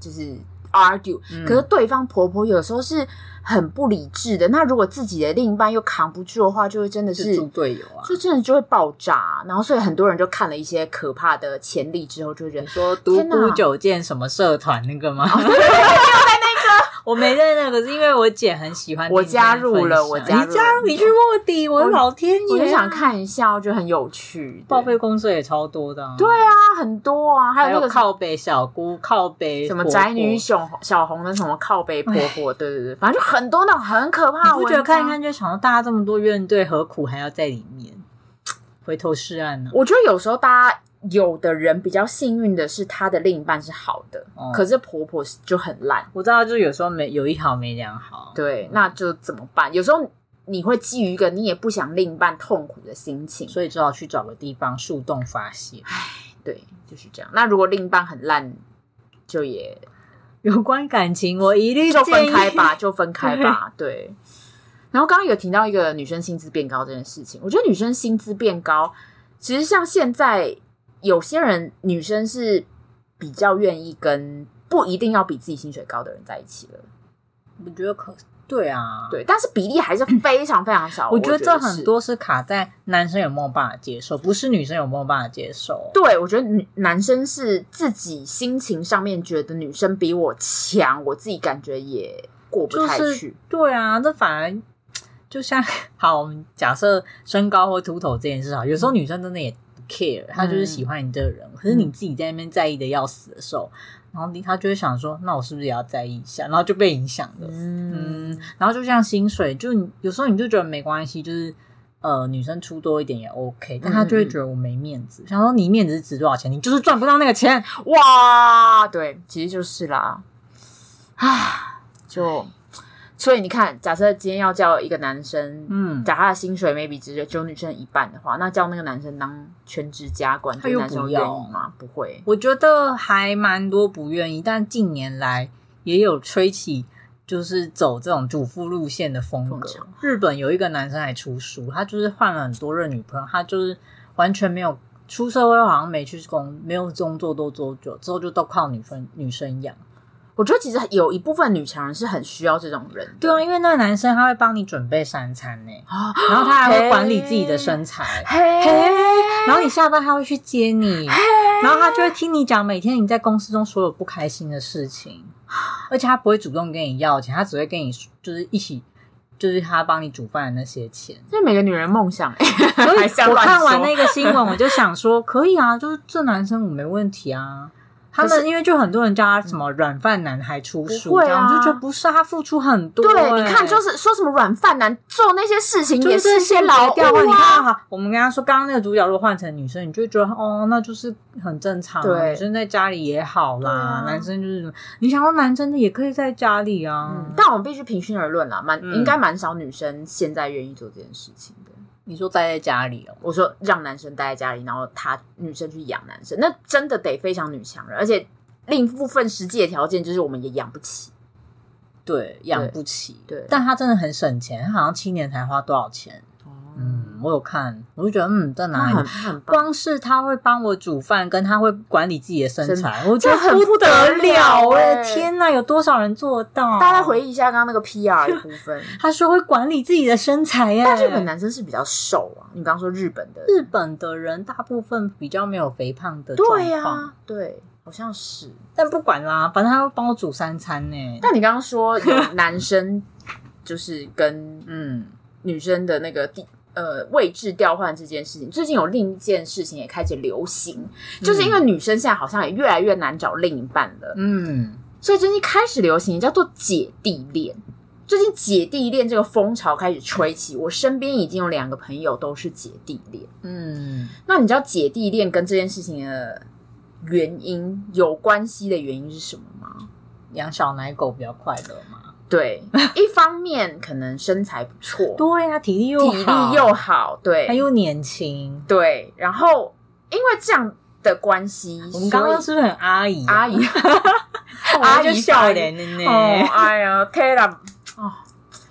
就是 argue，、
嗯
可是对方婆婆有时候是很不理智的。那如果自己的另一半又扛不住的话，就会真的是
是猪队友啊！
就真的就会爆炸。啊然后所以很多人就看了一些可怕的潜力之后，就会觉得
你说独
天哪哦
孤九剑什么社团那个吗？ 我没在那个，是因为我姐很喜欢听
我
这样
加
的
入
分享。
了我加入
你加入，你去卧底，我
我
老天爷啊！
我就想看一下，我觉得很有趣。
报
对
备公司也超多的、啊，
对，啊，很多啊，还
还
有那
有
个
靠北小姑、靠北
什么
婆婆
宅女。小红小红的什么靠背婆婆，对对对，反正就很多那种很可
你
怕的
不
文章。
觉得看一看就想到大家这么多怨对，何苦还要在里面？回头是岸啊呢、
我觉得有时候大家有的人比较幸运的是，他的另一半是好的，
哦
可是婆婆就很烂。
我知道，就有时候没有一好没两好。
对，那就怎么办？有时候你会基于一个你也不想另一半痛苦的心情，
所以只好去找个地方树洞发泄。
对，就是这样。那如果另一半很烂，就也
有关感情，我一律
就分
建议
开。吧，就分开吧。 对。然后刚刚有提到一个女生薪资变高这件事情，我觉得女生薪资变高，其实像现在有些人女生是比较愿意跟不一定要比自己薪水高的人在一起了，
我觉得可对啊，。
对，但是比例还是非常非常少。
我
我
觉得这
是
很，多是卡在男生有没有办法接受，不是女生有没有办法接受。
对我觉得女男生是自己心情上面觉得女生比我强，我自己感觉也过不
就
太去。
是对啊，这反而就像 好，我们假设身高或秃头这件事好，有时候女生真的也不
嗯
care，她就是喜欢你这个人，可是你自己在那边在意的要死的时候，
嗯
然后你她就会想说，那我是不是也要在意一下？然后就被影响了。
嗯
嗯，然后就像薪水，就你有时候你就觉得没关系，就是呃，女生出多一点也 OK，但她就会觉得我没面子，想说你面子是值多少钱，你就是赚不到那个钱。
哇，对，其实就是啦，唉，就所以你看，假设今天要叫一个男生，
嗯，
假设他的薪水 maybe 只有女生一半的话，那叫那个男生当全职家管，这
他
个
又
男生
不
愿
要
意吗？不会，
我觉得还蛮多不愿意，但近年来也有吹起。就是走这种主妇路线的风格
风潮。
日本有一个男生还出书，他就是换了很多任女朋友，他就是完全没有出社会，好像没去工，没有工作多多久，之后就都靠女生女生养。
我觉得其实有一部分女强人是很需要这种人的，
对啊，因为那个男生他会帮你准备三餐呢、
啊，
然后他还会管理自己的身材，
嘿，
然后你下班他会去接你，然后他就会听你讲每天你在公司中所有不开心的事情，而且他不会主动跟你要钱，他只会跟你就是一起。就是他帮你煮饭的那些钱，
这是每个女人梦想，欸
所
所
以我看完那
个，
个新闻，我就想说，可以啊，就是这男生我没问题啊。他
可
们因为就很多人叫他什么软饭男孩出书
不会
这
啊
样，我就觉得不是啊他付出很多、
对，你看
欸
就是说什么软饭男做那些事情
就
也
是
是些
先
劳
老
务
掉换。你
啊
看，哈，我们刚刚说刚刚那个主角如果换成女生，你就会觉得哦，那就是很正常啊。
对
女生在家里也好啦，
对啊
男生就是你想要男生的也可以在家里啊。
嗯嗯，但我们必须平心而论啦，蛮、
嗯
应该蛮少女生现在愿意做这件事情的。
你说待在家里哦，
我说让男生待在家里，然后他女生去养男生，那真的得非常女强人，而且另一部分实际的条件就是我们也养不起。
对，养不起。
对
但他真的很省钱，他好像七年才花多少钱？嗯，我有看，我就觉得嗯，在
哦那
哪
很
里？
很棒，
光是他会帮我煮饭，跟他会管理自己的身
身
材，我觉得
这很
不得
不得了
哎、
欸
天哪，有多少人做到？啊
大家回忆一下刚刚那个 PR 的部 分，
他说会管理自己的身材耶、
但日本男生是比较瘦啊，你刚刚说日本的，
日本的人大部分比较没有肥胖的状
对啊
况，
呀、对，好像是。
但不管啦，反正他会帮我煮三餐呢、
但你刚刚说有男生就是跟
嗯，
女生的那个地呃位置调换这件事情，最近有另一件事情也开始流行，就是因为女生现在好像也越来越难找另一半了，
嗯，
所以最近开始流行叫做姐弟恋。最近姐弟恋这个风潮开始吹起，我身边已经有两个朋友都是姐弟恋。
嗯，
那你知道姐弟恋跟这件事情的原因有关系的原因是什么吗？
养小奶狗比较快乐嘛。
对，一方面可能身材不 错，
对呀、体力又
体力又好，对，
他又年轻。
对，然后因为这样的关系，
我们刚刚
所
是不是很阿姨
以
啊、
阿 姨，
阿姨
阿姨
笑脸的呢？
哦，哎呀，天啦，哦，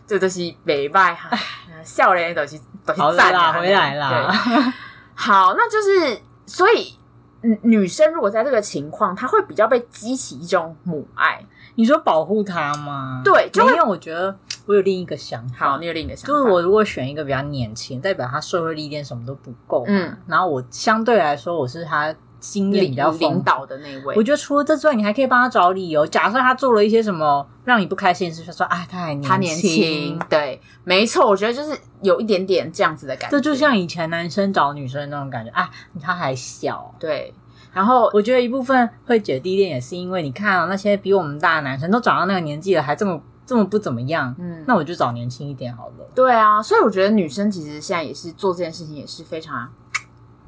这都是美败哈，笑脸都是都
好
是
了
赞
啦，
啊
回来啦。。
对好，那就是所以。女女生如果在这个情况，她会比较被激起一种母爱。
你说保护他吗？
对就会
没有，我觉得我有另一个想法。
好，你有另一个想法，
就是我如果选一个比较年轻，代表他社会历练什么都不够，
嗯，
然后我相对来说我是他经验比
领
较丰
领
富。
导的那位，
我觉得除了这之外，你还可以帮他找理由。假设他做了一些什么让你不开心的事，就说哎，他还年
他年轻， 对，没错，我觉得就是有一点点这样子的感觉，
这就像以前男生找女生那种感觉啊，他还小。
对。然后
我觉得一部分会姐弟恋也是因为你看、啊、那些比我们大的男生都长到那个年纪了，还这么这么不怎么样，
嗯，
那我就找年轻一点好了。
对啊，所以我觉得女生其实现在也是做这件事情也是非常，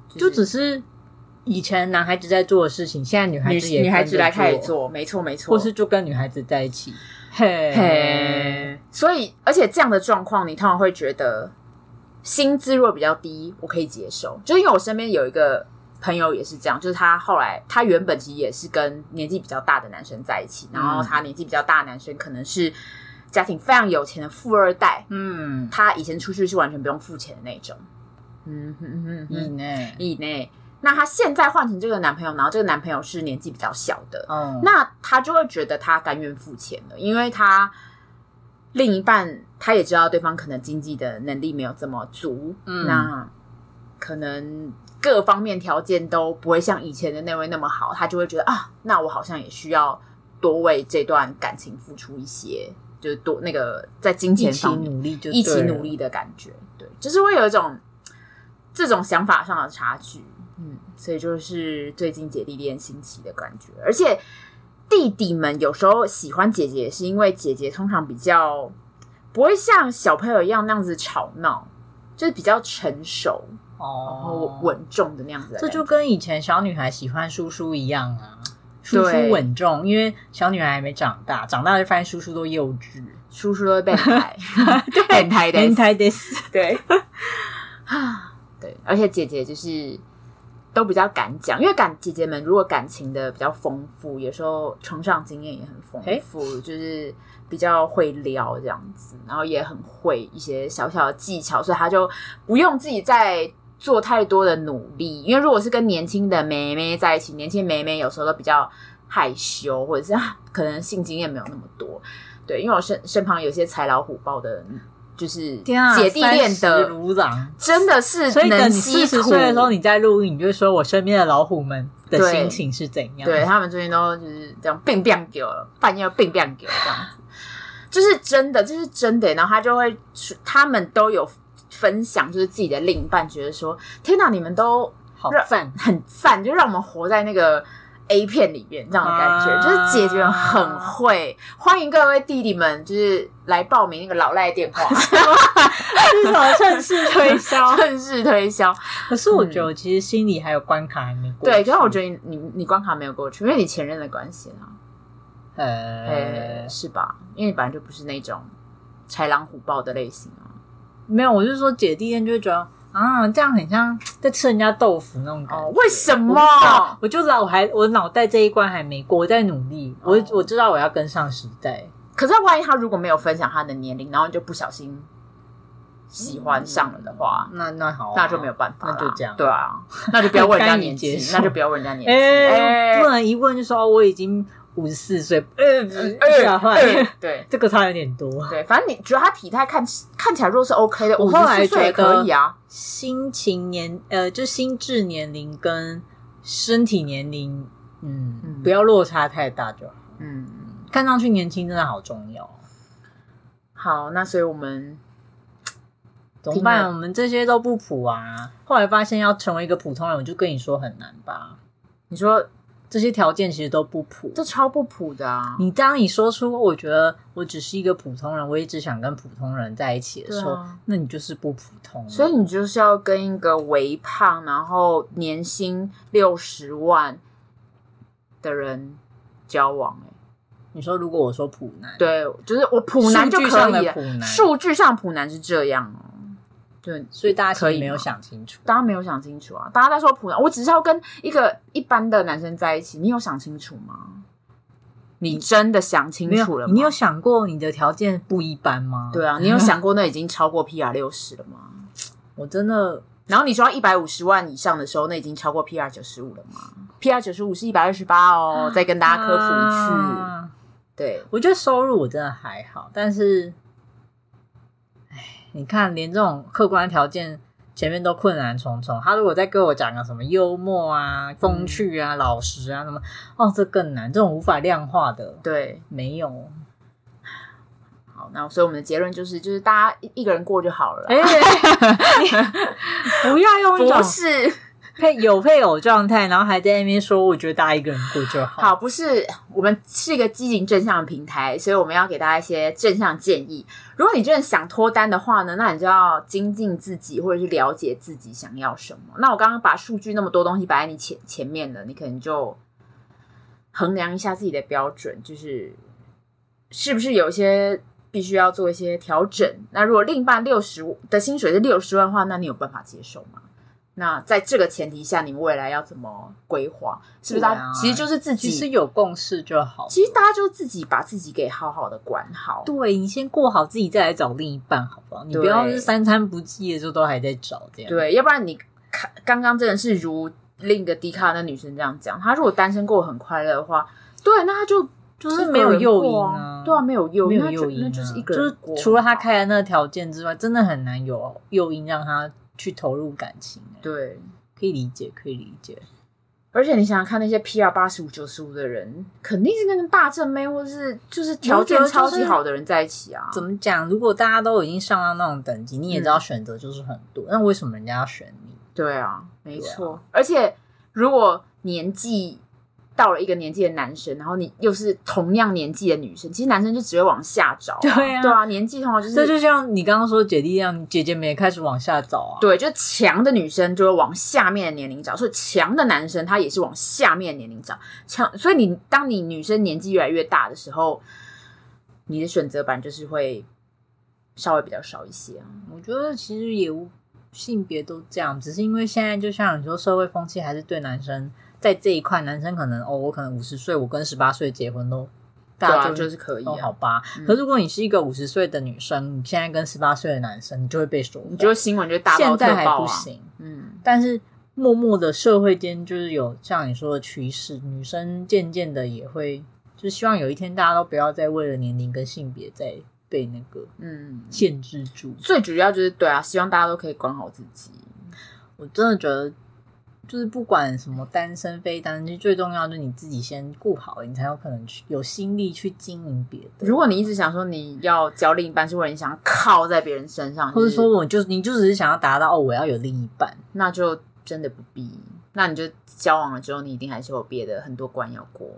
就只
是
是以前男孩子在做的事情，现在女孩子也
女女孩子来
跟着
开始，做，没错没错，
或是就跟女孩子在一起。
啊
嘿，
嘿，所以而且这样的状况，你通常会觉得薪资如果比较低，我可以接受，就因为我身边有一个。朋友也是这样，就是他后来他原本其实也是跟年纪比较大的男生在一起，然后他年纪比较大的男生可能是家庭非常有钱的富二代，
嗯，
他以前出去是完全不用付钱的那种。嗯哼哼
以
哼，
内，
以内。那她现在换成这个男朋友，然后这个男朋友是年纪比较小的，
嗯，
那她就会觉得她甘愿付钱了，因为她另一半她也知道对方可能经济的能力没有这么足，
嗯
那可能各方面条件都不会像以前的那位那么好，她就会觉得啊，那我好像也需要多为这段感情付出一些，就是多那个在金
一
钱
起
方面
努力就
一起
对了
努，力的感觉，对，就是会有一种这种想法上的差距，嗯，所以就是最近姐弟恋兴起的感觉，而且弟弟们有时候喜欢姐姐，是因为姐姐通常比较不会像小朋友一样那样子吵闹，就是比较成熟然后
哦，
稳重的那样子的
这
感觉，
就跟以前小女孩喜欢叔叔一样啊。叔叔
对
稳重，因为小女孩还没长大，长大就发现叔叔都幼 稚。
叔叔都会 变 态，变态的，
变态です
对，对，而且姐姐就是都比较敢讲，因为感姐姐们如果感情的比较丰富，有时候床上经验也很丰富，就是比较会聊这样子，然后也很会一些小小的技巧，所以她就不用自己再做太多的努力，因为如果是跟年轻的妹妹在一起，年轻的妹妹有时候都比较害羞，或者是啊可能性经验没有那么多。对，因为我身身旁有些豺老虎豹的，嗯就是
天啊，
姐弟恋
三十
的
如狼，
真的是
所以等
能
你
吸
四
土
十岁的时候，你在录音，你就会说我身边的老虎们的
对
心情是怎样？
对，他们最近都就是哦这样病病给了，半夜病病给了这样子，就是真的，这、是真的。然后他就会去，他们都有分享，就是自己的另一半觉得说：“天哪，你们都
好赞，
很赞，就让我们活在那个 A 片里面这样的感觉，
啊
就是解决很会。欢迎各位弟弟们，就是来报名那个老赖电 话，
至少趁势 推销。
正式推销。
可是我觉得我其实心里还有关卡还没过。
对，可是我觉得你你你关卡没有过去，因为你前任的关系啦。
得，呃
呃，，是吧？因为你本来就不是那种豺狼虎豹的类型啊。
没有，我就说姐弟恋就会觉得啊，这样很像在吃人家豆腐那种感觉。
哦，为什
我不知道
么？
我就知道，我还我脑袋这一关还没过，我在努力。我
哦
我知道我要跟上时代，
可是万一他如果没有分享他的年龄，然后你就不小心
嗯
喜欢上了的话，
那那好啊，
那就没有办法啦
那就这样
对啊，那就不要问人家
该你
年
接
纪，
受
那就不要问人家年纪。
哎、
哎
不能一问就说哦我已经五十四岁，呃，吓坏、
哎对
这个差有点多。
对，反正你觉得他体态看起看起来如果是 OK 的，
我
五
后来
十岁也
觉得
可以啊。
心情年呃，就心智年龄跟身体年龄，嗯，
嗯
不要落差太大就好。
嗯，
看上去年轻真的好重要。
好，那所以我们
怎么
听
办？
了
我们这些都不普啊！后来发现要成为一个普通人，我就跟你说很难吧。
你说
这些条件其实都不普。
这超不普的啊。
你当你说出我觉得我只是一个普通人，我也只想跟普通人在一起的时候，
对啊
那你就是不普通。
所以你就是要跟一个微胖，然后年薪六十万的人交往、欸。
你说，如果我说普男，，
对，就是我普男就
数据
可
上
以
的普
了。
男，
数据上普男是这样哦、对，
所以大家
可以
其实没有
吗
想清楚。
大家没有想清楚啊！大家在说普男，我只是要跟一个一般的男生在一起，你有想清楚吗？你真的想清
没
楚了
有，
吗？
你有想过你的条件不一般吗？
对啊，你有想过那已经超过 PR 六十了吗？
我真的
然后你说一百五十万以上的时候，那已经超过 PR 九十五了吗？PR 九十五是一百二十八哦，再跟大家科普一次。
啊
对，
我觉得收入我真的还好，但是，哎，你看，连这种客观条件前面都困难重重，他如果再跟我讲个什么幽默啊、风趣啊、老实啊什么，哦，这更难，这种无法量化的，
对，
没有。
好，那所以我们的结论就是，就是大家一一个人过就好了啦。
哎、你不 要用一种
不是，
配有配偶状态，然后还在那边说，我觉得大家一个人过就好。
好，不是，我们是一个积极正向的平台，所以我们要给大家一些正向建议。如果你真的想脱单的话呢，那你就要精进自己，或者是了解自己想要什么。那我刚刚把数据那么多东西摆在你前前面了，你可能就衡量一下自己的标准，就是是不是有一些必须要做一些调整。那如果另一半六十的薪水是六十万的话，那你有办法接受吗？那在这个前提下，你们未来要怎么规划？是不是大
对
家
啊
其实就是自己
其实有共识就好。
其实大家就自己把自己给好好的管好。
对你先过好自己，再来找另一半，好不好？你不
对
要是三餐不继的时候都还在找这样。
对，要不然你看刚刚真的是如另一个迪卡那女生这样讲，她如果单身过得很快乐的话，对，那她就
就是没有
一个人
诱
过
因啊
对啊，没有诱
没
因，
有诱因、
那
啊，
就那就是一个
就
人
是
过
除了他开的那个条件之外，真的很难有诱因让他去投入感情、欸。
对。
可以理解，可以理解。
而且你想想看，那些 PR 八十五、九十五的人，肯定是跟大正妹或是就是条件超级好的嗯人在一起啊。
怎
么？
么讲？如果大家都已经上到那种等级，你也知道选择就是很多，那为什么人家要选你？
对啊，没错。而且如果年纪到了一个年纪的男生，然后你又是同样年纪的女生，其实男生就只会往下找、
对啊
对啊，年纪通常就是
这就像你刚刚说姐弟一样，姐姐们也开始往下找啊。
对，就强的女生就会往下面的年龄找，所以强的男生他也是往下面的年龄找。强，所以你当你女生年纪越来越大的时候，你的选择版就是会稍微比较少一些啊。
我觉得其实也无性别都这样，只是因为现在就像你说，社会风气还是对男生在这一块，男生可能哦，我可能五十岁，我跟十八岁结婚都，
对
大
啊
家，就
就是可以
哦，
啊，
好吧。可是如果你是一个五十岁的女生，你现在跟十八岁的男生，你就会被说谎，
你觉得新闻就大爆
现
特
在还
爆
不
啊？
行。
嗯，
但是默默的社会间就是有像你说的趋势，女生渐渐的也会，就希望有一天大家都不要再为了年龄跟性别再被那个
嗯，
限制住。
最主要就是对啊，希望大家都可以管好自己。
我真的觉得，就是不管什么单身非单身，最重要就是你自己先顾好，你才有可能去有心力去经营别的。
如果你一直想说你要交另一半是为了你想靠在别人身上，
或
就
者
是
说我就你就只是想要达到哦，我要有另一半，
那就真的不必。那你就交往了之后，你一定还是有别的很多关要过。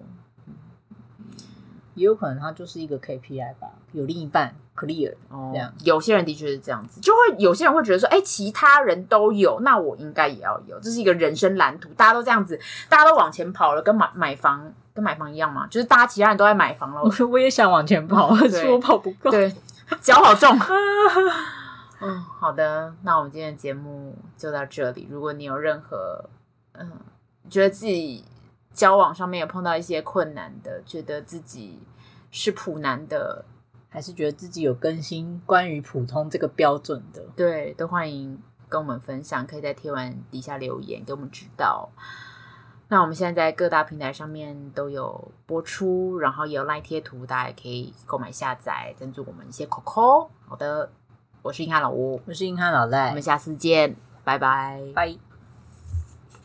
也有可能它就是一个 KPI 吧，有另一半 clear。
哦
这样，
有些人的确是这样子，就会有些人会觉得说，哎、其他人都有，那我应该也要有，这是一个人生蓝图，大家都这样子，大家都往前跑了，跟买买房跟买房一样嘛，就是大家其他人都在买房了
我，说我也想往前跑，可是我跑不够。
对，脚好重。 嗯，好的，那我们今天的节目就到这里。如果你有任何嗯，觉得自己交往上面有碰到一些困难的，觉得自己是普男的，
还是觉得自己有更新关于普通这个标准的，
对，都欢迎跟我们分享，可以在贴文底下留言给我们知道。那我们现在在各大平台上面都有播出，然后也有赖贴图，大家也可以购买下载，赞助我们一些 COCO。好的，我是硬汉老吴，
我是硬汉老赖，
我们下次见，拜拜。
拜。